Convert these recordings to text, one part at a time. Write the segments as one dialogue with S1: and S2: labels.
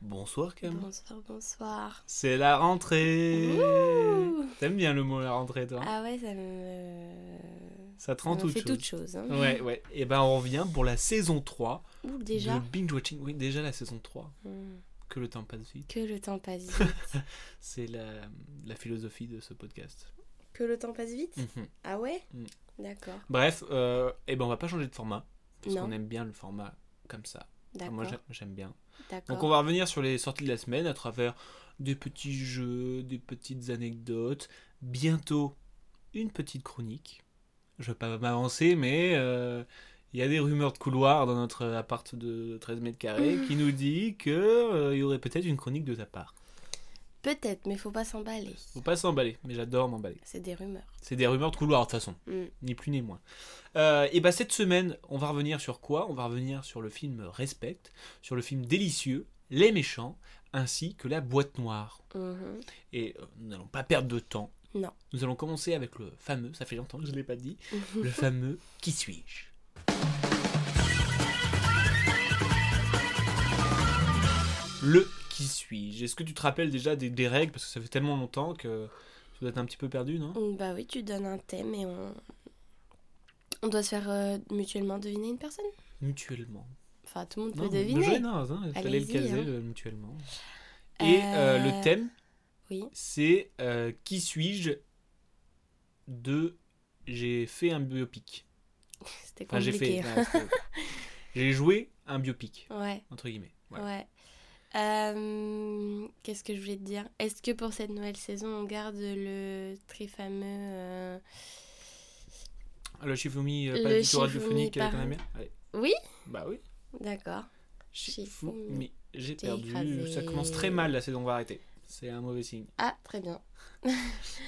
S1: Bonsoir Cam.
S2: Bonsoir, bonsoir.
S1: C'est la rentrée.
S2: Ouh.
S1: T'aimes bien le mot la rentrée toi
S2: Ah ouais, ça me.
S1: Ça te
S2: ça
S1: rend
S2: me
S1: toute
S2: fait
S1: chose.
S2: toutes choses. hein.
S1: Ouais, ouais. Et ben on revient pour la saison 3
S2: Ouh, déjà,
S1: de Binge Watching. Oui, déjà la saison 3.
S2: Hmm.
S1: Que le temps passe vite.
S2: que le temps passe vite.
S1: C'est la, la philosophie de ce podcast.
S2: que le temps passe vite
S1: Mhm.
S2: Ah ouais
S1: Mm.
S2: D'accord,
S1: Bref, euh, et ben on va pas changer de format. Puisqu'on
S2: Non.
S1: aime bien le format comme ça. Enfin,
S2: d'accord.
S1: Ah, moi j'a- j'aime bien. Donc on
S2: D'accord.
S1: va revenir sur les sorties de la semaine à travers des petits jeux, des petites anecdotes, bientôt une petite chronique. Je ne vais pas m'avancer, mais euh, il y a des rumeurs de couloir dans notre appart de 13 mètres carrés qui nous dit qu'il y aurait peut-être une chronique de ta part.
S2: Peut-être, mais faut pas s'emballer.
S1: Faut pas s'emballer, mais j'adore m'emballer.
S2: C'est des rumeurs.
S1: C'est des rumeurs de couloir de toute façon,
S2: Mm.
S1: ni plus ni moins. Euh, et bah cette semaine, on va revenir sur quoi On va revenir sur le film Respect, sur le film délicieux, Les Méchants, ainsi que La Boîte Noire.
S2: Mhm.
S1: Et euh, nous n'allons pas perdre de temps.
S2: Non.
S1: Nous allons commencer avec le fameux, ça fait longtemps que je ne l'ai pas dit, le fameux Qui suis-je Le Qui suis-je Est-ce que tu te rappelles déjà des, des règles Parce que ça fait tellement longtemps que tu dois être un petit peu perdu, non
S2: Mm, Bah oui, tu donnes un thème et on. On doit se faire euh, mutuellement deviner une personne
S1: Mutuellement.
S2: Enfin, tout le monde
S1: non,
S2: peut
S1: mais
S2: deviner.
S1: Le jeu est naze, hein, il fallait le
S2: Allez-y,
S1: caser
S2: hein.
S1: euh, mutuellement. Et euh,
S2: Euh,
S1: le thème,
S2: Oui.
S1: c'est euh, Qui suis-je de J'ai fait un biopic.
S2: C'était
S1: Enfin, j'ai
S2: compliqué.
S1: fait. ouais, c'était- j'ai joué un biopic,
S2: Ouais,
S1: entre guillemets. Ouais.
S2: ouais. Euh, Qu'est-ce que je voulais te dire Est-ce que pour cette nouvelle saison, on garde le très fameux. euh,
S1: Le Shifumi, euh, pas
S2: Le
S1: du tout radiophonique avec
S2: Shifumi
S1: un
S2: par-
S1: ami Allez.
S2: Oui
S1: Bah oui.
S2: D'accord.
S1: Shifumi. J'ai
S2: T'es
S1: perdu.
S2: écrasé.
S1: Ça commence très mal la saison, on va arrêter. C'est un mauvais signe.
S2: Ah, très bien.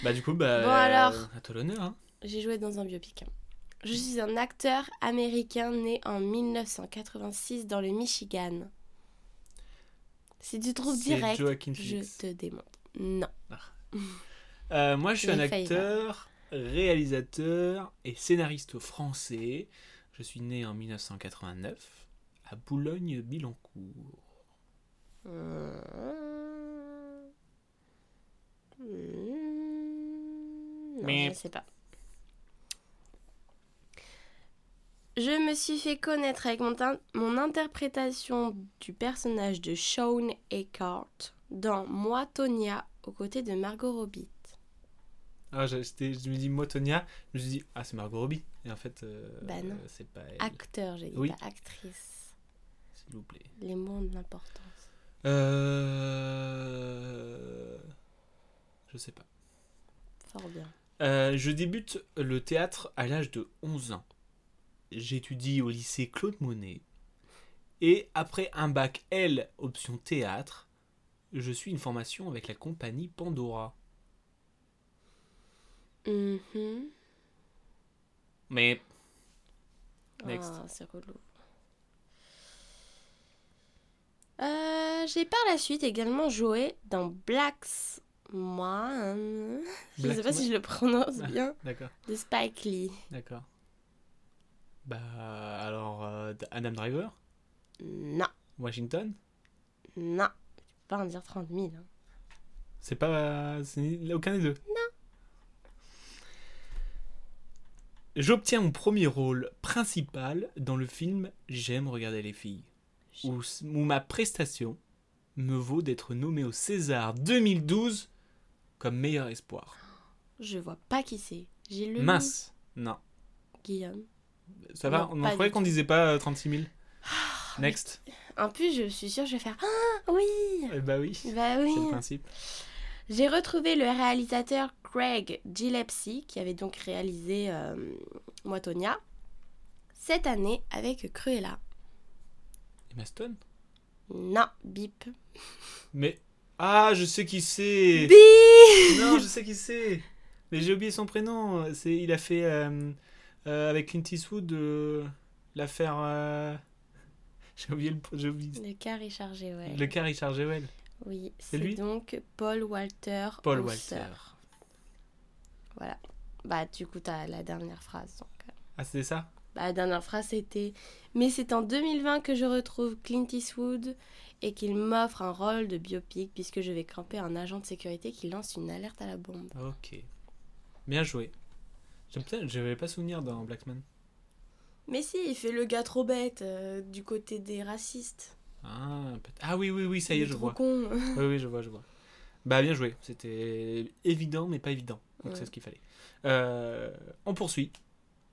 S1: Bah du coup, bah.
S2: Bon, alors.
S1: À toi l'honneur, hein.
S2: J'ai joué dans un biopic. hein. Je suis un acteur américain né en 1986 dans le Michigan. Si tu trouves
S1: C'est
S2: direct,
S1: Joaquin
S2: je
S1: Phoenix.
S2: te démonte. Non.
S1: Bah. Euh, moi, je suis
S2: J'ai
S1: un
S2: failli,
S1: acteur, réalisateur et scénariste français. Je suis né en 1989 à Boulogne-Billancourt.
S2: Euh, Mmh. Mmh. Non,
S1: Mais-
S2: je sais pas. Je me suis fait connaître avec mon, tin- mon interprétation du personnage de Sean Eckhart dans Moi, Tonya, aux côtés de Margot Robbie.
S1: Ah, je, j'étais- je me dis moi Tonya, je me suis dit ah c'est Margot Robbie et en fait euh,
S2: Bah non.
S1: euh, c'est pas elle.
S2: Acteur, j'ai dit
S1: Oui.
S2: pas actrice.
S1: S'il vous plaît.
S2: Les mots ont de l'importance.
S1: Euh... Je sais pas.
S2: Fort bien.
S1: Euh, je débute le théâtre à l'âge de 11 ans. J'étudie au lycée Claude Monet et après un bac L option théâtre, je suis une formation avec la compagnie Pandora.
S2: Mhm.
S1: Mais Next.
S2: Ah, c'est relou. Euh, j'ai par la suite également joué dans Blacks Moan. Je sais
S1: Black
S2: pas si je le prononce
S1: Ah.
S2: bien.
S1: D'accord,
S2: De Spike Lee.
S1: d'accord. Bah alors euh, Adam Driver,
S2: Non,
S1: Washington
S2: non. Tu peux pas en dire 30 000. hein.
S1: C'est pas. C'est ni- aucun des deux. Non. J'obtiens mon premier rôle principal dans le film J'aime regarder les filles, où, s- où ma prestation me vaut d'être nommé au César 2012 comme meilleur espoir.
S2: Je vois pas qui c'est. J'ai le nom,
S1: Mince. Non.
S2: Guillaume.
S1: Ça va
S2: Non,
S1: On en
S2: pas
S1: croyait
S2: du
S1: qu'on
S2: tout. Ah,
S1: disait pas euh, 36 000 Next.
S2: En plus, je suis sûre, que je vais faire. Ah, oui
S1: Eh bah oui.
S2: Bah oui
S1: C'est le principe.
S2: J'ai retrouvé le réalisateur Craig Gillespie, qui avait donc réalisé euh, Moi, Tonya, cette année avec Cruella.
S1: Emma Stone
S2: Non, bip.
S1: Mais. Ah, je sais qui c'est
S2: Bip
S1: Non, je sais qui c'est Mais j'ai oublié son prénom. C'est, il a fait euh, euh, avec Clint Eastwood euh, l'affaire. euh, J'ai oublié le. J'ai oublié.
S2: Le car est chargé, ouais.
S1: Le car Richard Jewell.
S2: Oui, c'est
S1: lui
S2: donc Paul Walter.
S1: Paul
S2: Auster.
S1: Walter.
S2: Voilà. Bah, du coup, t'as la dernière phrase. Donc. euh.
S1: Ah, c'était ça
S2: Bah, la dernière phrase, c'était Mais c'est en 2020 que je retrouve Clint Eastwood et qu'il m'offre un rôle de biopic puisque je vais camper un agent de sécurité qui lance une alerte à la bombe.
S1: Ok. Bien joué. J'aime bien- Je n'avais pas souvenir dans Blackman.
S2: Mais si, il fait le gars trop bête euh, du côté des racistes.
S1: Ah, peut- ah oui, oui, oui, ça y
S2: Il
S1: est,
S2: est
S1: je
S2: trop
S1: vois.
S2: con.
S1: Oui, oui, je vois, je vois. Bah, bien joué. C'était évident, mais pas évident. Donc,
S2: Ouais.
S1: c'est ce qu'il fallait. Euh, on poursuit.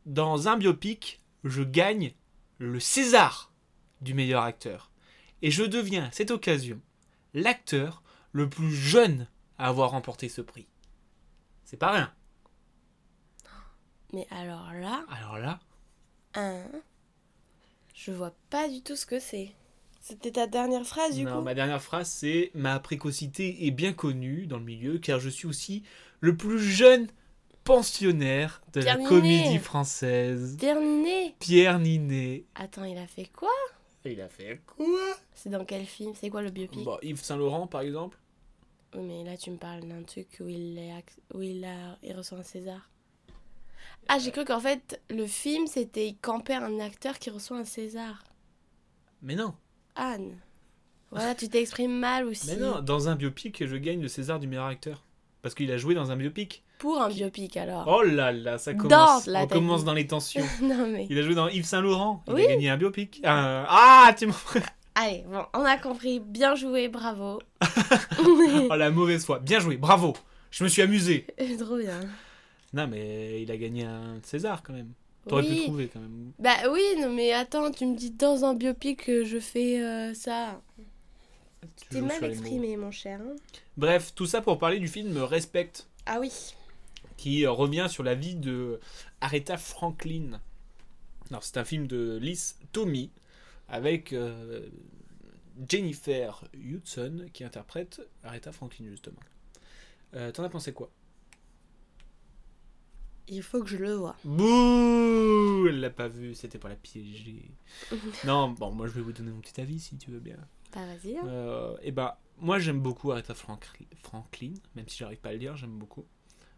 S1: Dans un biopic, je gagne le César du meilleur acteur. Et je deviens, à cette occasion, l'acteur le plus jeune à avoir remporté ce prix. C'est pas rien.
S2: Mais alors là,
S1: Alors là,
S2: hein, je vois pas du tout ce que c'est. C'était ta dernière phrase Ah, du
S1: Non,
S2: coup
S1: ma dernière phrase, c'est Ma précocité est bien connue dans le milieu, car je suis aussi le plus jeune pensionnaire de la
S2: Terminé.
S1: comédie française.
S2: Terminé
S1: Pierre Ninet.
S2: Attends, il a fait quoi
S1: Il a fait quoi Bah.
S2: C'est dans quel film C'est quoi le biopic
S1: Bon, Yves Saint-Laurent, par exemple
S2: Oui, mais là, tu me parles d'un truc où il, est ac- où il, a... il reçoit un César.
S1: Euh.
S2: Ah, j'ai cru qu'en fait, le film, c'était il campait un acteur qui reçoit un César.
S1: Mais non,
S2: Anne. Voilà, tu t'exprimes mal aussi.
S1: mais non, dans un biopic, je gagne le César du meilleur acteur. Parce qu'il a joué dans un biopic.
S2: Pour un biopic, alors.
S1: Oh là là, ça
S2: Ah. Dans
S1: commence.
S2: la
S1: on commence
S2: technique.
S1: dans les tensions.
S2: non, mais...
S1: Il a joué dans Yves Saint-Laurent. Il
S2: Oui.
S1: a gagné un biopic. Euh, ah, tu m'en
S2: Allez, bon, on a compris. Bien joué, bravo.
S1: Oh la mauvaise foi. Bien joué, bravo. Je me suis amusé.
S2: Trop bien.
S1: Non, mais il a gagné un César quand même. T'aurais pu
S2: Oui.
S1: trouver quand même.
S2: Bah oui, non, mais attends, tu me dis dans un biopic que je fais euh, ça.
S1: Tu
S2: T'es
S1: joues
S2: mal
S1: sur les mots.
S2: exprimé, mon cher. hein.
S1: Bref, tout ça pour parler du film Respect,
S2: Ah oui.
S1: qui euh, revient sur la vie de Aretha Franklin. Alors, c'est un film de Liz Tommy avec euh, Jennifer Hudson qui interprète Aretha Franklin justement. Euh, T'en as pensé quoi
S2: Il faut que je le vois.
S1: Bouh Elle l'a pas vu, c'était pour la piéger. non, bon, moi je vais vous donner mon petit avis si tu veux bien.
S2: Bah vas-y. hein.
S1: Euh, et ben, moi j'aime beaucoup Aretha Frank- Franklin, même si j'arrive pas à le dire, j'aime beaucoup.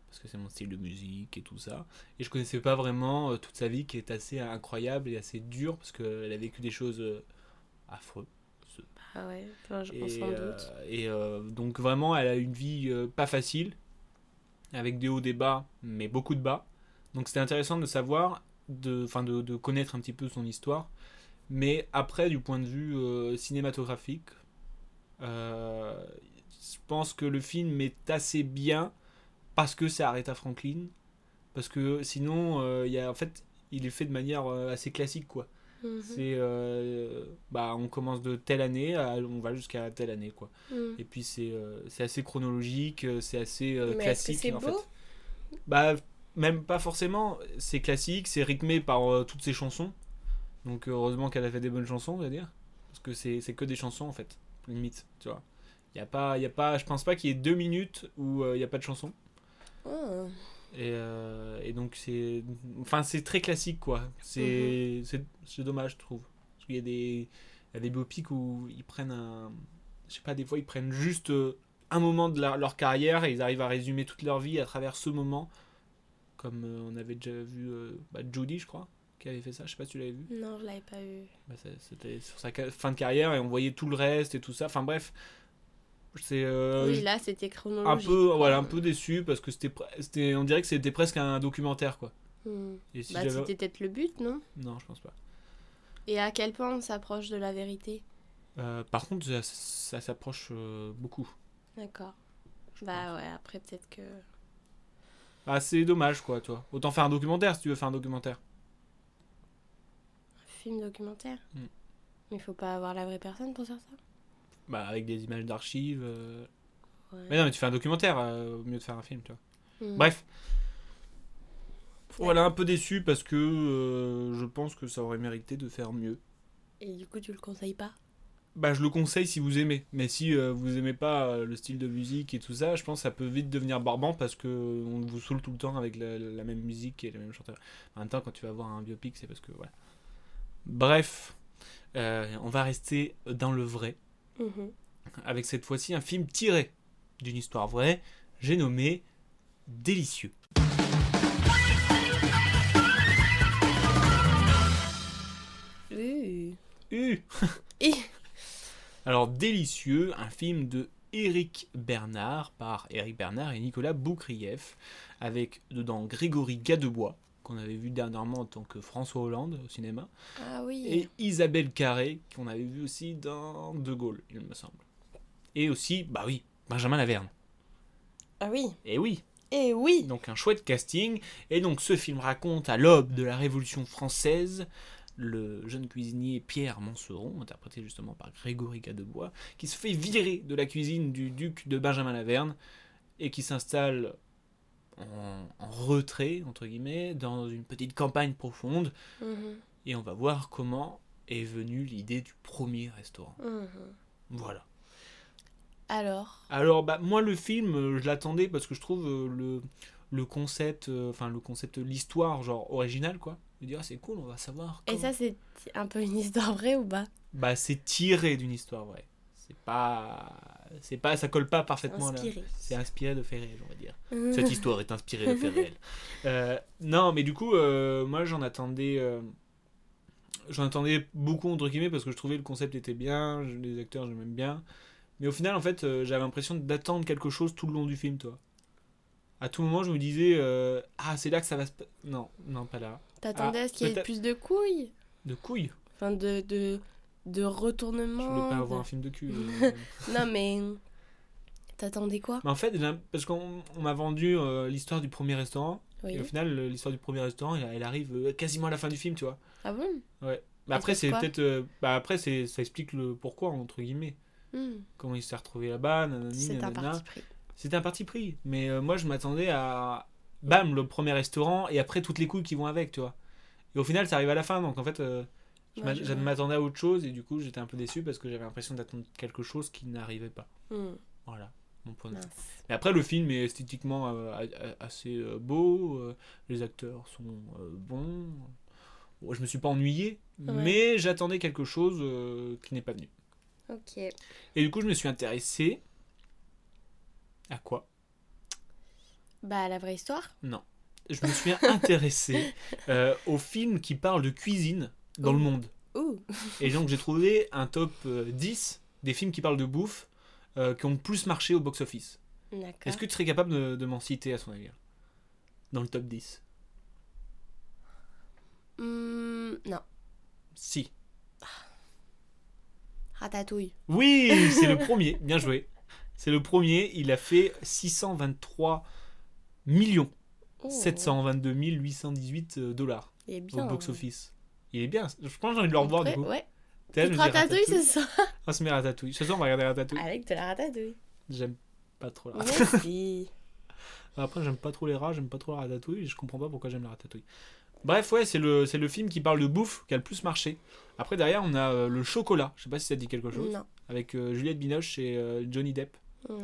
S1: Parce que c'est mon style de musique et tout ça. Et je connaissais pas vraiment euh, toute sa vie qui est assez incroyable et assez dure, parce qu'elle a vécu des choses euh, affreuses.
S2: Ah ouais, enfin, je- on
S1: Et,
S2: s'en
S1: euh,
S2: doute.
S1: et, euh, donc vraiment, elle a une vie euh, pas facile, avec des hauts, des bas, mais beaucoup de bas. Donc c'était intéressant de savoir, de, 'fin, de, de connaître un petit peu son histoire. Mais après, du point de vue euh, cinématographique, euh, je pense que le film est assez bien parce que c'est Aretha Franklin. Parce que sinon, euh, il y a, en fait, il est fait de manière euh, assez classique, quoi.
S2: Mhm,
S1: C'est euh, bah on commence de telle année, à- on va jusqu'à telle année quoi.
S2: mhm.
S1: Et puis c'est euh, c'est assez chronologique, euh, c'est assez euh,
S2: Mais est-ce que
S1: classique
S2: c'est
S1: en
S2: beau
S1: fait. Bah même pas forcément, c'est classique, c'est rythmé par euh, toutes ses chansons. Donc heureusement qu'elle a fait des bonnes chansons, on va dire, parce que c'est c'est que des chansons en fait, limite, tu vois. Il y a pas il y a pas je pense pas qu'il y ait deux minutes où euh, il y a pas de chanson.
S2: Oh.
S1: Et, euh, et donc c'est, enfin c'est très classique quoi. C'est, c'est, c'est dommage je trouve. Parce qu'il y a des, il y a des biopics où ils prennent un, je sais pas des fois ils prennent juste euh, un moment de la- leur carrière et ils arrivent à résumer toute leur vie à travers ce moment. Comme euh, on avait déjà vu euh, bah, Judy je crois qui avait fait ça. Je sais pas si tu l'avais vu.
S2: Non, je l'avais pas eu.
S1: Bah, ça- c'était sur sa ca- fin de carrière et on voyait tout le reste et tout ça. Enfin bref, c'est. euh,
S2: oui, là, c'était
S1: un
S2: chronologique.
S1: peu voilà un peu déçu parce que c'était pre- c'était on dirait que c'était presque un documentaire quoi
S2: Hmm.
S1: et si
S2: Bah,
S1: j'avais-
S2: c'était peut-être le but, non
S1: non je pense pas
S2: Et à quel point on s'approche de la vérité
S1: Euh, par contre ça, ça s'approche euh, beaucoup
S2: D'accord. Bah ouais, après, peut-être que...
S1: ah c'est dommage quoi toi autant faire un documentaire si tu veux faire un documentaire
S2: Film documentaire.
S1: Hmm.
S2: Mais faut pas avoir la vraie personne pour faire ça.
S1: bah avec des images d'archives euh.
S2: Ouais.
S1: mais Bah. non mais tu fais un documentaire euh, au mieux de faire un film tu vois
S2: Hmm.
S1: bref voilà un peu déçu parce que euh, je pense que ça aurait mérité de faire mieux
S2: Et du coup, tu le conseilles pas
S1: bah, je le conseille si vous aimez. Mais si euh, vous aimez pas euh, le style de musique et tout ça, je pense que ça peut vite devenir barbant parce que on vous saoule tout le temps avec la, la même musique et le même chanteur. En même temps, quand tu vas voir un biopic, c'est parce que voilà. Bref, euh, on va rester dans le vrai
S2: Mhm.
S1: avec cette fois-ci un film tiré d'une histoire vraie. J'ai nommé Délicieux.
S2: Euh.
S1: Uh
S2: Ih.
S1: Alors, Délicieux, un film de Éric Bernard, par Éric Bernard et Nicolas Boukrieff, avec dedans Grégory Gadebois, qu'on avait vu dernièrement en tant que François Hollande au cinéma,
S2: Ah oui.
S1: et Isabelle Carré, qu'on avait vu aussi dans De Gaulle, il me semble. Et aussi, bah oui, Benjamin Laverne.
S2: Ah oui.
S1: Et oui,
S2: Et oui.
S1: donc un chouette casting. Et donc ce film raconte à l'aube de la Révolution française le jeune cuisinier Pierre Monceron, interprété justement par Grégory Gadebois, qui se fait virer de la cuisine du duc de Benjamin Laverne et qui s'installe en, en retrait, entre guillemets, dans une petite campagne profonde.
S2: Mhm,
S1: Et on va voir comment est venue l'idée du premier restaurant.
S2: mhm.
S1: Voilà.
S2: Alors.
S1: Alors bah moi le film euh, je l'attendais parce que je trouve euh, le le concept euh, enfin le concept l'histoire genre originale quoi. Je me dis ah c'est cool on va savoir.
S2: Et
S1: comment-
S2: ça c'est un peu une histoire vraie ou pas
S1: bah c'est tiré d'une histoire vraie. C'est pas c'est pas ça colle pas parfaitement là.
S2: Inspiré.
S1: C'est inspiré de faits réels on va dire. Cette
S2: Mhm.
S1: histoire est inspirée de faits réels. Euh, non mais du coup euh, moi j'en attendais euh, j'en attendais beaucoup entre guillemets parce que je trouvais le concept était bien, je- les acteurs j'aimais bien. Mais au final, en fait, euh, j'avais l'impression d'attendre quelque chose tout le long du film, toi. À tout moment, je me disais, euh, ah, c'est là que ça va se. pa- Non, non, pas là.
S2: T'attendais à ce qu'il y ait
S1: Ah, peut-être-
S2: plus de couilles
S1: De couilles
S2: Enfin de de de
S1: Je voulais
S2: retournement.
S1: pas
S2: de-
S1: avoir un film de cul. euh.
S2: Non mais t'attendais quoi
S1: Mais en fait, j'ai- parce qu'on on m'a vendu euh, l'histoire du premier restaurant.
S2: Oui.
S1: Et au final, euh, l'histoire du premier restaurant, elle, elle arrive euh, quasiment à la fin du film, tu vois.
S2: Ah bon
S1: Mais
S2: Elle
S1: après,
S2: se
S1: c'est
S2: passe quoi
S1: peut-être. euh, bah, après, c'est- ça explique le pourquoi, entre guillemets.
S2: Hmm,
S1: Comment il s'est retrouvé là-bas, nanani,
S2: C'est un
S1: nanana.
S2: parti pris.
S1: C'était un parti pris. Mais euh, moi, je m'attendais à. Bam, le premier restaurant, et après toutes les couilles qui vont avec, tu vois. Et au final, ça arrive à la fin, donc en fait, euh, je
S2: Ouais,
S1: m'a-
S2: je
S1: je
S2: vois.
S1: m'attendais à autre chose, et du coup, j'étais un peu déçu parce que j'avais l'impression d'attendre quelque chose qui n'arrivait pas.
S2: Hmm,
S1: Voilà, mon point de vue.
S2: mince.
S1: Mais après, le film est esthétiquement euh, a- a- assez euh, beau, euh, les acteurs sont euh, bons. Bon, je me suis pas ennuyé,
S2: Ouais.
S1: mais j'attendais quelque chose euh, qui n'est pas venu.
S2: Ok.
S1: Et du coup, je me suis intéressé. À quoi
S2: Bah la vraie histoire.
S1: je me suis intéressé euh, aux films qui parlent de cuisine dans le monde.
S2: Ouh.
S1: Et donc j'ai trouvé un top euh, 10 des films qui parlent de bouffe euh, qui ont le plus marché au box-office.
S2: D'accord.
S1: Est-ce que tu serais capable de, de m'en citer à son avis Dans le top 10
S2: Hmm, non.
S1: Si.
S2: Ratatouille.
S1: Oui, c'est le premier. Bien joué. C'est le premier. Il a fait 623 millions.
S2: Oh,
S1: 722 818 euh, dollars
S2: Il est
S1: au
S2: bien.
S1: box-office. Il est bien. Je pense que j'ai envie de le revoir du
S2: Ouais,
S1: coup.
S2: Ouais.
S1: T'es là, je
S2: Petite
S1: me dis,
S2: ratatouille c'est ça.
S1: On se met à Ah, Ratatouille. Ce soir, on va regarder Ratatouille.
S2: Avec de la ratatouille.
S1: J'aime pas trop la
S2: Merci.
S1: Après, j'aime pas trop les rats, j'aime pas trop la ratatouille, et je comprends pas pourquoi j'aime la ratatouille. Bref, ouais, c'est le, c'est le film qui parle de bouffe qui a le plus marché. Après, derrière, on a euh, le chocolat, je sais pas si ça te dit quelque chose,
S2: non.
S1: avec euh, Juliette Binoche et euh, Johnny Depp,
S2: Non.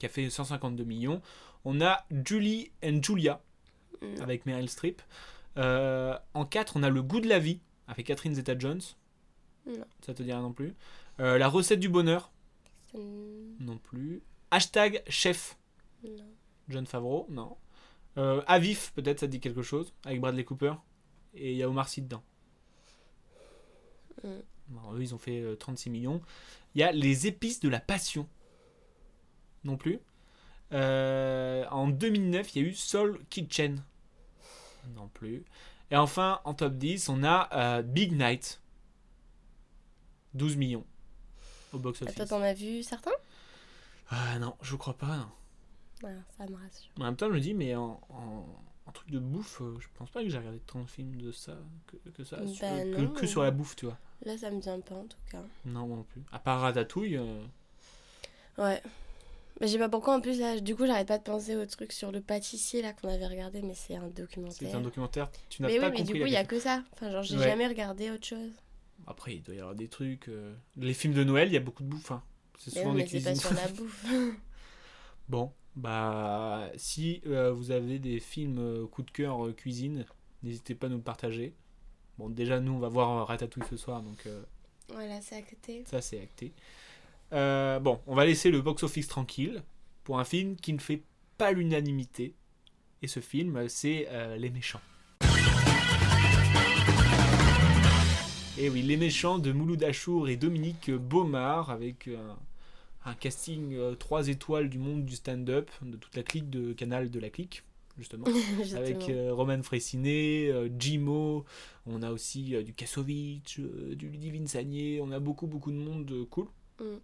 S1: qui a fait 152 millions. On a Julie and Julia,
S2: Non.
S1: avec Meryl Streep. Euh, en 4, on a Le goût de la vie, avec Catherine Zeta-Jones.
S2: Non.
S1: Ça te dit rien non plus. Euh, la recette du bonheur,
S2: Non.
S1: non plus. Hashtag chef, John Favreau, non. Euh, Avif, peut-être, ça te dit quelque chose, avec Bradley Cooper. Et il y a Omar Sy dedans.
S2: Mm.
S1: Non, eux, ils ont fait euh, 36 millions. Il y a Les épices de la passion. Non plus. Euh, en 2009, il y a eu Soul Kitchen. Non plus. Et enfin, en top 10, on a euh, Big Night. 12 millions au box-office.
S2: Bah, Toi t'en as vu certains
S1: Ah non, je crois pas. non.
S2: Ah, Ça me rassure.
S1: En même temps, je me dis, mais en, en- en truc de bouffe, euh, je pense pas que j'ai regardé tant de films de ça, que, que ça,
S2: Bah
S1: sur- euh, que-
S2: non.
S1: que, sur la bouffe, tu vois.
S2: Là ça me vient pas en tout cas.
S1: Non, moi non plus. À part Ratatouille, euh,
S2: Ouais. Mais je sais pas pourquoi en plus là, du coup j'arrête pas de penser au truc sur le pâtissier là qu'on avait regardé mais c'est un documentaire.
S1: c'est un documentaire, tu n'as
S2: mais
S1: pas
S2: oui mais
S1: compris
S2: du coup
S1: la
S2: il y a
S1: question.
S2: que ça. Enfin genre j'ai
S1: Ouais.
S2: jamais regardé autre chose.
S1: Après, il doit y avoir des trucs. euh, Les films de Noël, il y a beaucoup de bouffe. hein. C'est
S2: Mais
S1: souvent
S2: oui,
S1: des
S2: mais c'est pas
S1: cuisines.
S2: sur la bouffe.
S1: Bon, bah, si euh, vous avez des films euh, coup de cœur euh, cuisine, n'hésitez pas à nous le partager. Bon, déjà, nous, on va voir euh, Ratatouille ce soir, donc euh,
S2: voilà, c'est à côté.
S1: ça, c'est acté. Euh, bon, on va laisser le box-office tranquille pour un film qui ne fait pas l'unanimité. Et ce film, euh, c'est euh, Les Méchants. Et Eh oui, Les Méchants de Mouloud Achour et Dominique Baumard avec un, un casting 3 étoiles du monde du stand-up, de toute la clique de Canal de la clique, justement
S2: Justement.
S1: avec euh, Roman Fressinet, euh, Jimo, on a aussi euh, du Kassovitch, euh, du Ludivine Sagné, on a beaucoup beaucoup de monde euh, cool.
S2: Mm.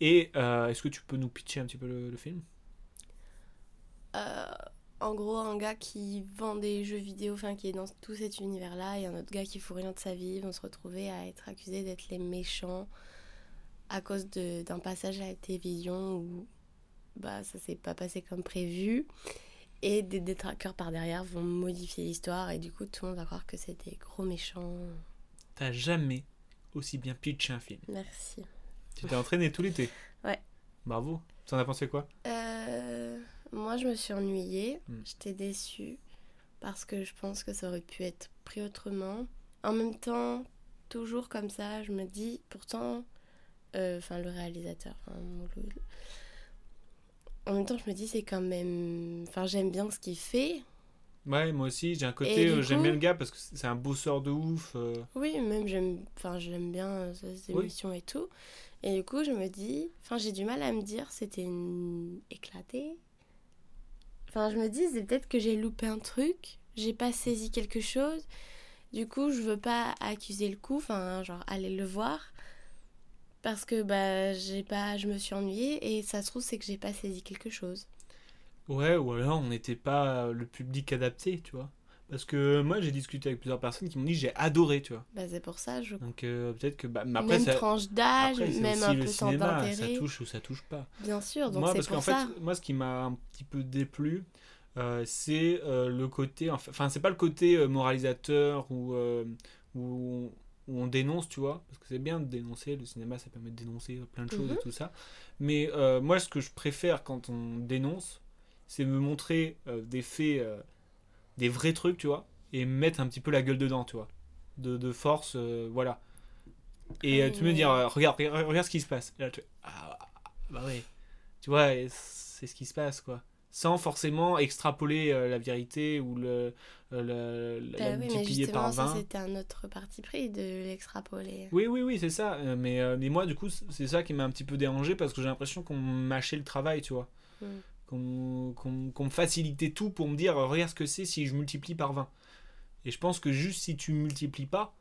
S1: Et euh, est-ce que tu peux nous pitcher un petit peu le, le film
S2: Euh, en gros, un gars qui vend des jeux vidéo, enfin qui est dans tout cet univers-là, et un autre gars qui fout rien de sa vie, ils vont se retrouver à être accusés d'être les méchants à cause de- d'un passage à la télévision où bah, ça s'est pas passé comme prévu. Et des détraqueurs par derrière vont modifier l'histoire, et du coup, tout le monde va croire que c'est des gros méchants.
S1: T'as jamais aussi bien pitché un film.
S2: Merci.
S1: Tu t'es entraîné tout l'été.
S2: Ouais.
S1: Bravo. T'en as pensé quoi
S2: Euh, moi, je me suis ennuyée.
S1: Mm.
S2: J'étais déçue parce que je pense que ça aurait pu être pris autrement. En même temps, toujours comme ça, je me dis, pourtant, euh, enfin, le réalisateur, enfin, Mouloud. En même temps, je me dis, c'est quand même. Enfin, j'aime bien ce qu'il fait.
S1: Ouais, moi aussi, j'ai un côté,
S2: du
S1: euh, j'aime
S2: coup-
S1: bien le gars parce que c'est un bosseur de ouf. euh,
S2: Oui, même, j'aime enfin, je l'aime bien, euh, ses
S1: Oui.
S2: émissions et tout. Et du coup, je me dis. Enfin, j'ai du mal à me dire, c'était une éclatée. Enfin, je me dis, c'est peut-être que j'ai loupé un truc, j'ai pas saisi quelque chose. Du coup, je veux pas accuser le coup, enfin, genre, aller le voir. Parce que, bah, j'ai pas. Je me suis ennuyée et ça se trouve, c'est que j'ai pas saisi quelque chose.
S1: Ouais, ou alors on n'était pas euh, le public adapté, tu vois. Parce que euh, moi, j'ai discuté avec plusieurs personnes qui m'ont dit j'ai adoré, tu vois.
S2: Bah, c'est pour ça, je.
S1: Donc euh, peut-être que bah, mais après
S2: même
S1: ça
S2: tranche d'âge,
S1: après, c'est
S2: même
S1: aussi
S2: un
S1: le
S2: peu sans
S1: cinéma, ça
S2: d'intérêt.
S1: touche ou ça touche pas.
S2: Bien sûr, donc
S1: moi
S2: c'est
S1: parce qu'en
S2: pour
S1: fait
S2: ça.
S1: moi ce qui m'a un petit peu déplu euh, c'est euh, le côté enfin enfin, c'est pas le côté euh, moralisateur ou euh, où, on- où on dénonce, tu vois, parce que c'est bien de dénoncer, le cinéma ça permet de dénoncer euh, plein de choses
S2: Mhm.
S1: et tout ça. Mais euh, moi ce que je préfère quand on dénonce, c'est me montrer euh, des faits, euh, des vrais trucs, tu vois, et me mettre un petit peu la gueule dedans, tu vois, de, de force, euh, voilà. Et
S2: Ah
S1: euh,
S2: oui,
S1: tu me
S2: oui.
S1: dire, euh, regarde, regarde, regarde ce qui se passe. Et là, tu fais, ah, bah ouais, tu vois, et c'est ce qui se passe, quoi. Sans forcément extrapoler euh, la vérité ou le, euh, le- la
S2: Bah oui, mais
S1: multiplier par
S2: justement, ça
S1: 20.
S2: c'était un autre parti pris de l'extrapoler.
S1: Oui, oui, oui, c'est ça. Euh, Mais, euh, mais moi, du coup, c- c'est ça qui m'a un petit peu dérangé parce que j'ai l'impression qu'on mâchait le travail, tu vois.
S2: Mm.
S1: Qu'on qu'on- qu'on me facilitait tout pour me dire, euh, regarde ce que c'est si je multiplie par 20. Et je pense que juste si tu multiplies pas,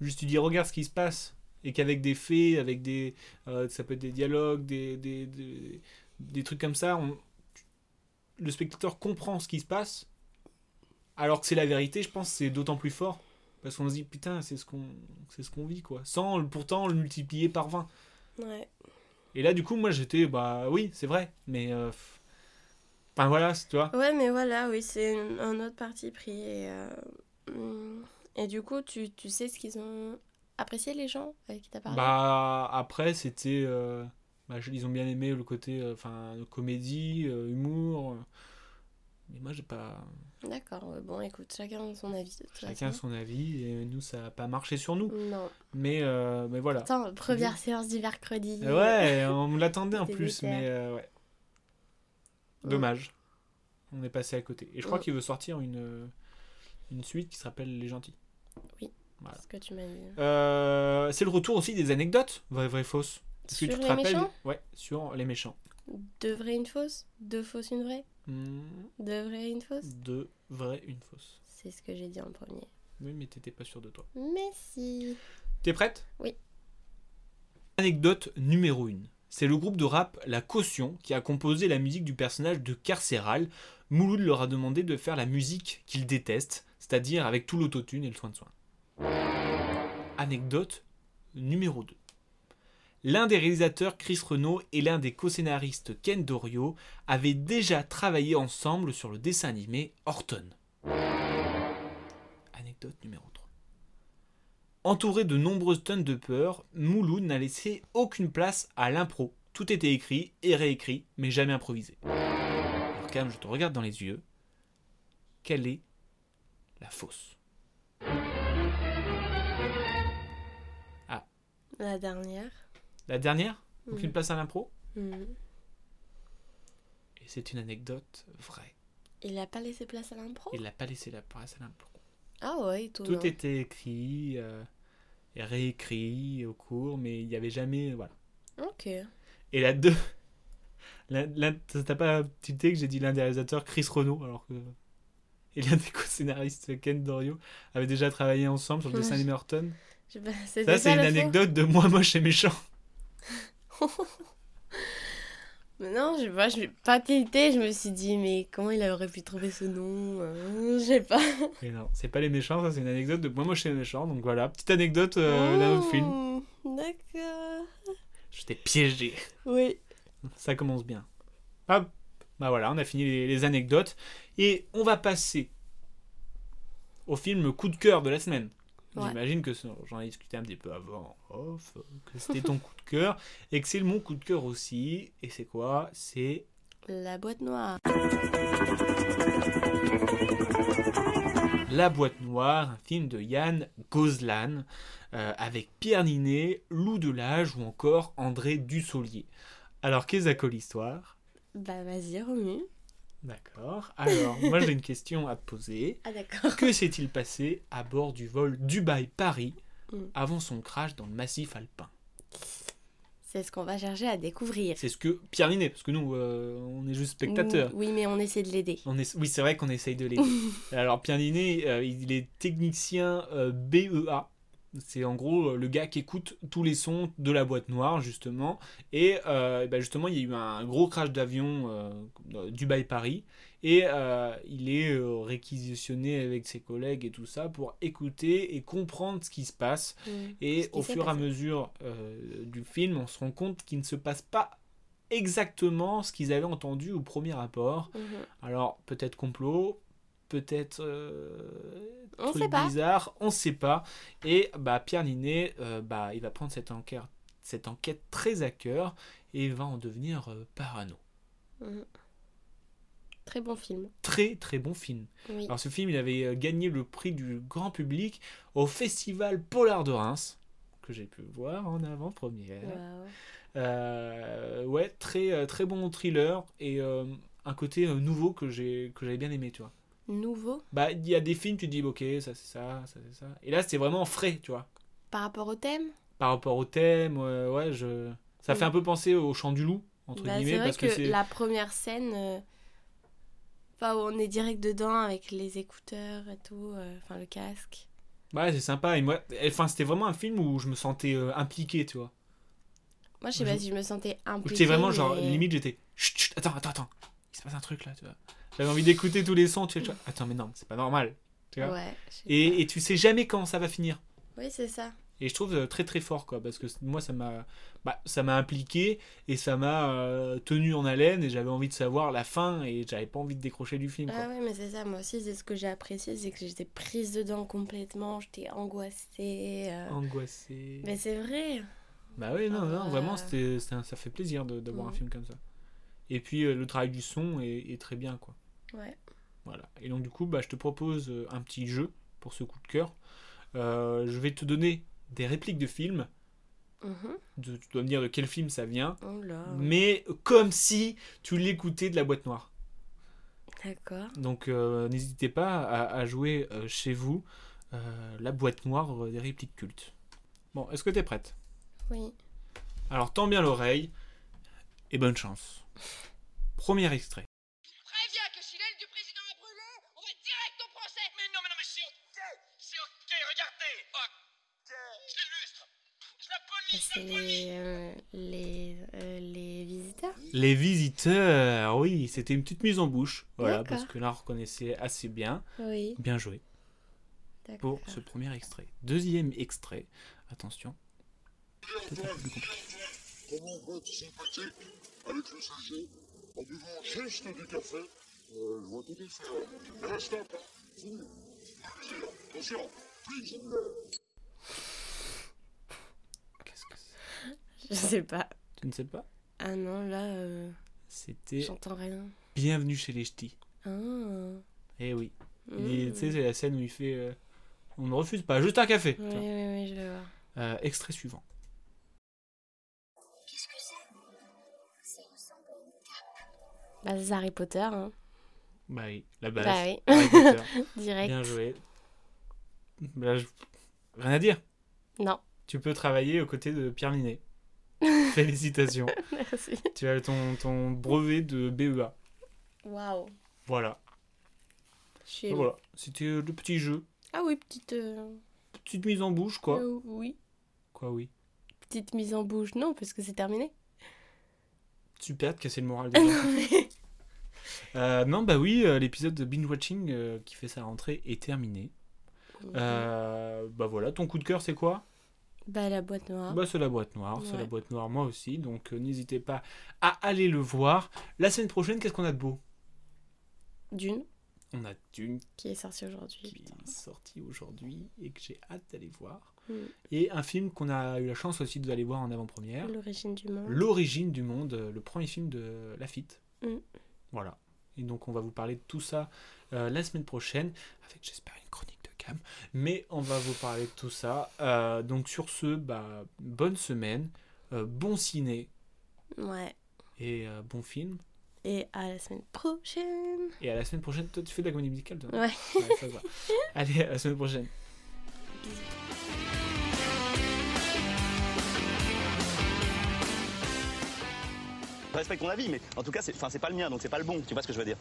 S1: juste tu dis, regarde ce qui se passe. Et qu'avec des faits, avec des. euh, ça peut être des dialogues, des, des, des, des trucs comme ça, on- tu- le spectateur comprend ce qui se passe. Alors que c'est la vérité, je pense que c'est d'autant plus fort. Parce qu'on se dit, putain, c'est ce qu'on c'est ce qu'on vit, quoi. Sans le- pourtant le multiplier par 20.
S2: Ouais.
S1: Et là, du coup, moi, j'étais, bah oui, c'est vrai. Mais. euh, f- Enfin, voilà, c'est- tu vois.
S2: ouais, mais voilà, oui, c'est un autre parti pris. Et, euh, mm. et du coup, tu, tu sais ce qu'ils ont apprécié les gens avec qui t'as parlé
S1: Bah, après, c'était. euh, bah, je- ils ont bien aimé le côté. euh, Enfin, comédie, euh, humour. euh. Mais moi, j'ai pas.
S2: D'accord, ouais, bon, écoute, chacun son avis. de toute
S1: Chacun
S2: façon.
S1: son avis. Et nous, ça a pas marché sur nous.
S2: Non.
S1: Mais, euh, mais voilà. Eh Euh,
S2: Attends, première séance du mercredi.
S1: Ouais, on me l'attendait en
S2: C'était
S1: plus,
S2: déter.
S1: mais euh, ouais.
S2: Ouais.
S1: Dommage. On est passé à côté. Et je crois
S2: Ouais.
S1: qu'il veut sortir une, une suite qui s'appelle Les Gentils.
S2: C'est ce que tu m'as dit.
S1: Euh, c'est le retour aussi des anecdotes, vraies, vraies, fausses. Est-ce
S2: Sur les méchants
S1: Ouais, sur les méchants.
S2: Deux vraies, une fausse Deux fausses, une vraie
S1: Hmm,
S2: Deux vraies, une fausse
S1: Deux vraies, une fausse.
S2: C'est ce que j'ai dit en premier.
S1: Oui, mais t'étais pas sûr de toi.
S2: Mais si
S1: T'es prête
S2: Oui.
S1: Anecdote numéro 1. C'est le groupe de rap La Caution qui a composé la musique du personnage de Carcéral. Mouloud leur a demandé de faire la musique qu'il déteste, c'est-à-dire avec tout l'autotune et le soin de soin. Anecdote numéro 2. L'un des réalisateurs Chris Renault et l'un des co-scénaristes Ken Dorio avaient déjà travaillé ensemble sur le dessin animé Horton. Anecdote numéro 3. Entouré de nombreuses tonnes de peur, Mouloud n'a laissé aucune place à l'impro. Tout était écrit et réécrit, mais jamais improvisé. Alors Cam, je te regarde dans les yeux. Quelle est la fausse
S2: La dernière.
S1: La dernière Aucune
S2: Mm.
S1: place à l'impro
S2: Mhm.
S1: Et c'est une anecdote vraie.
S2: Il a pas laissé place à l'impro
S1: Il n'a pas laissé la place à l'impro.
S2: Ah ouais, tout.
S1: Tout était écrit euh, et réécrit au cours, mais il n'y avait jamais... Voilà.
S2: Ok.
S1: Et la deux. la- la- T'as pas tilté que j'ai dit l'un des réalisateurs, Chris Renault, alors que. Et l'un des co-scénaristes, Ken Dorio, avaient déjà travaillé ensemble sur le
S2: Ouais.
S1: dessin animé Horton.
S2: Je- bah, c'était
S1: Ça, c'est une
S2: la faute.
S1: anecdote de moi moche et méchant.
S2: Mais non, je sais pas, je vais pas tilté. Je me suis dit, mais comment il aurait pu trouver ce nom euh, Je sais pas.
S1: Et non, c'est pas les méchants, ça, c'est une anecdote de moi moche et méchant. Donc voilà, petite anecdote euh, d'un autre film.
S2: Mmh, D'accord.
S1: Je t'ai piégé.
S2: Oui.
S1: Ça commence bien. Hop. Bah voilà, on a fini les, les anecdotes. Et on va passer au film coup de cœur de la semaine.
S2: Ouais.
S1: J'imagine que ce- j'en ai discuté un petit peu avant en off, euh, que c'était ton coup de cœur et que c'est mon coup de cœur aussi. Et c'est quoi C'est
S2: La boîte noire.
S1: La boîte noire, un film de Yann Gozlan euh, avec Pierre Ninet, Lou Delage ou encore André Dussolier. Alors, qu'est-ce que l'histoire
S2: Bah vas-y, remue.
S1: D'accord. Alors, moi j'ai une question à te poser.
S2: Ah d'accord.
S1: Que s'est-il passé à bord du vol Dubaï-Paris
S2: Mm.
S1: avant son crash dans le massif alpin
S2: C'est ce qu'on va chercher à découvrir.
S1: C'est ce que Pierre Ninet, parce que nous, euh, on est juste spectateurs.
S2: Oui, mais on essaie de l'aider.
S1: On est, oui, c'est vrai qu'on essaye de l'aider. Alors, Pierre Ninet, euh, il est technicien euh, BEA. C'est en gros euh, le gars qui écoute tous les sons de la boîte noire, justement. Et euh, eh ben, justement, il y a eu un gros crash d'avion euh, dans- Dubaï-Paris. Et euh, il est euh, réquisitionné avec ses collègues et tout ça pour écouter et comprendre ce qui se passe.
S2: Mmh. Ce
S1: Et
S2: qui
S1: au
S2: s'est
S1: fur et à
S2: passé.
S1: mesure euh, du film, on se rend compte qu'il ne se passe pas exactement ce qu'ils avaient entendu au premier rapport.
S2: Mhm.
S1: Alors, peut-être complot, peut-être euh,
S2: On
S1: truc
S2: sait pas.
S1: bizarre, on sait pas. Et bah, Pierre Ninet, euh, bah, il va prendre cette enquête, cette enquête très à cœur et va en devenir euh, parano.
S2: Mhm. Très bon film.
S1: Très très bon film.
S2: Oui.
S1: Alors ce film, il avait euh, gagné le prix du grand public au Festival Polar de Reims, que j'ai pu voir en avant-première.
S2: Waouh.
S1: Euh, ouais, très, euh, très bon thriller et euh, un côté euh, nouveau que j'ai que j'avais bien aimé, tu vois.
S2: Nouveau
S1: Bah, il y a des films, tu te dis, ok, ça c'est ça, ça c'est ça. Et là, c'est vraiment frais, tu vois.
S2: par rapport au thème.
S1: Par rapport au thème, euh, ouais, je... ça
S2: Oui.
S1: fait un peu penser au Chant du Loup, entre
S2: Mm. Bah, c'est
S1: guillemets,
S2: vrai
S1: parce que,
S2: que,
S1: c'est...
S2: la première scène, euh, enfin, où on est direct dedans avec les écouteurs et tout, euh, enfin le casque.
S1: Ouais, c'est sympa. Et moi, enfin, c'était vraiment un film où je me sentais euh, impliqué, tu vois.
S2: Moi, je sais
S1: Je-
S2: pas si je me sentais
S1: Où
S2: impliquée.
S1: j'étais vraiment genre,
S2: mais-
S1: limite j'étais, chut, chut, attends, attends, attends, il se passe un truc là, tu vois. J'avais envie d'écouter tous les sons, tu vois. Attends, mais non, c'est pas normal. tu vois.
S2: Ouais. je sais
S1: Et, et tu sais jamais quand ça va finir.
S2: pas. Oui, c'est ça.
S1: Et je trouve euh, très très fort, quoi, parce que c- moi ça m'a bah, ça m'a impliqué et ça m'a euh, tenu en haleine et j'avais envie de savoir la fin et j'avais pas envie de décrocher du film, quoi.
S2: Ah ouais, mais c'est ça. Moi aussi, c'est ce que j'ai apprécié, c'est que j'étais prise dedans complètement, j'étais angoissée. euh.
S1: Oh. Angoissé.
S2: Mais c'est vrai.
S1: Bah oui, non, non,
S2: Euh.
S1: vraiment, c'était, c'était un- ça fait plaisir de- d'avoir un
S2: Mm.
S1: film comme ça. Et puis euh, le travail du son est- est très bien, quoi.
S2: Ouais.
S1: Voilà. Et donc du coup, bah, je te propose euh, un petit jeu pour ce coup de cœur. Euh, je vais te donner des répliques de films.
S2: Mhm.
S1: De- tu dois me dire de quel film ça vient.
S2: Oh là.
S1: Mais comme si tu l'écoutais de la boîte noire.
S2: D'accord.
S1: Donc euh, n'hésitez pas à, à jouer euh, chez vous euh, la boîte noire euh, des répliques cultes. Bon, est-ce que t'es prête
S2: Oui.
S1: Alors tends bien l'oreille et bonne chance. Premier extrait.
S3: Préviens que si l'aile du président est brûlée, on va direct au procès Oh, Mais non, mais non, mais c'est ok C'est ok, regardez Ok Je l'illustre Je la police
S2: Bah, C'est les, euh, les, euh, les visiteurs.
S1: Les visiteurs, oui, c'était une petite mise en bouche. Voilà,
S2: D'accord.
S1: parce que là on reconnaissait assez bien.
S2: Oui.
S1: Bien joué.
S2: D'accord.
S1: pour ce premier extrait. Deuxième extrait, attention. Peut-être plus compliqué.
S4: Comment on vote sympathique avec le sachet en buvant juste du café euh, Je vois tout à hein. fait. Là, stop. hein. Fini. Attention. Attention. Prise.
S2: Je sais pas.
S1: Tu ne sais pas
S2: Ah non, là, euh,
S1: C'était
S2: j'entends rien.
S1: Bienvenue chez les Ch'tis.
S2: Ah.
S1: Eh oui. Il dit-
S2: Mm.
S1: Tu sais, c'est la scène où il fait euh, On ne refuse pas, juste un café.
S2: Oui, oui, oui, je vais voir.
S1: Euh, extrait suivant.
S2: Bah, c'est Harry Potter, hein.
S1: Bah oui, la base.
S2: Bah oui.
S1: Harry Potter.
S2: Direct.
S1: Bien joué. Bah, je- Rien à dire.
S2: Non,
S1: Tu peux travailler aux côtés de Pierre Ninet. Félicitations.
S2: merci.
S1: tu as ton, ton brevet de BEA.
S2: Waouh.
S1: Voilà.
S2: Je suis...
S1: voilà. C'était euh, le petit jeu.
S2: Ah oui, petite. euh,
S1: Petite mise en bouche, quoi.
S2: euh, oui.
S1: Quoi, oui.
S2: Petite mise en bouche, non, parce que c'est terminé.
S1: Super de casser le moral des gens. Euh, non, bah oui, euh, l'épisode de Binge Watching euh, qui fait sa rentrée est terminé. Euh, bah voilà, ton coup de cœur, c'est quoi
S2: Bah, la boîte noire.
S1: Bah, c'est la boîte noire, c'est
S2: Ouais.
S1: la boîte noire moi aussi, donc euh, n'hésitez pas à aller le voir. La semaine prochaine, qu'est-ce qu'on a de beau
S2: Dune,
S1: On a Dune
S2: qui est sortie aujourd'hui.
S1: qui
S2: putain.
S1: est sorti aujourd'hui et que j'ai hâte d'aller voir.
S2: Mm.
S1: Et un film qu'on a eu la chance aussi d'aller voir en avant-première,
S2: L'origine du monde.
S1: L'origine du monde, euh, le premier film de Lafitte.
S2: Mm.
S1: Voilà. Et donc on va vous parler de tout ça euh, la semaine prochaine, avec j'espère une chronique de Cam. Mais on va vous parler de tout ça. Euh, donc sur ce, bah, bonne semaine, euh, bon ciné
S2: Ouais.
S1: et euh, bon film.
S2: Et à la semaine prochaine.
S1: Et à la semaine prochaine, toi tu fais de la comédie musicale toi
S2: Ouais.
S1: Ouais, ça se voit. Allez, à la semaine prochaine.
S5: Je respecte ton avis, mais en tout cas, c'est enfin, c'est pas le mien, donc c'est pas le bon. Tu vois ce que je veux dire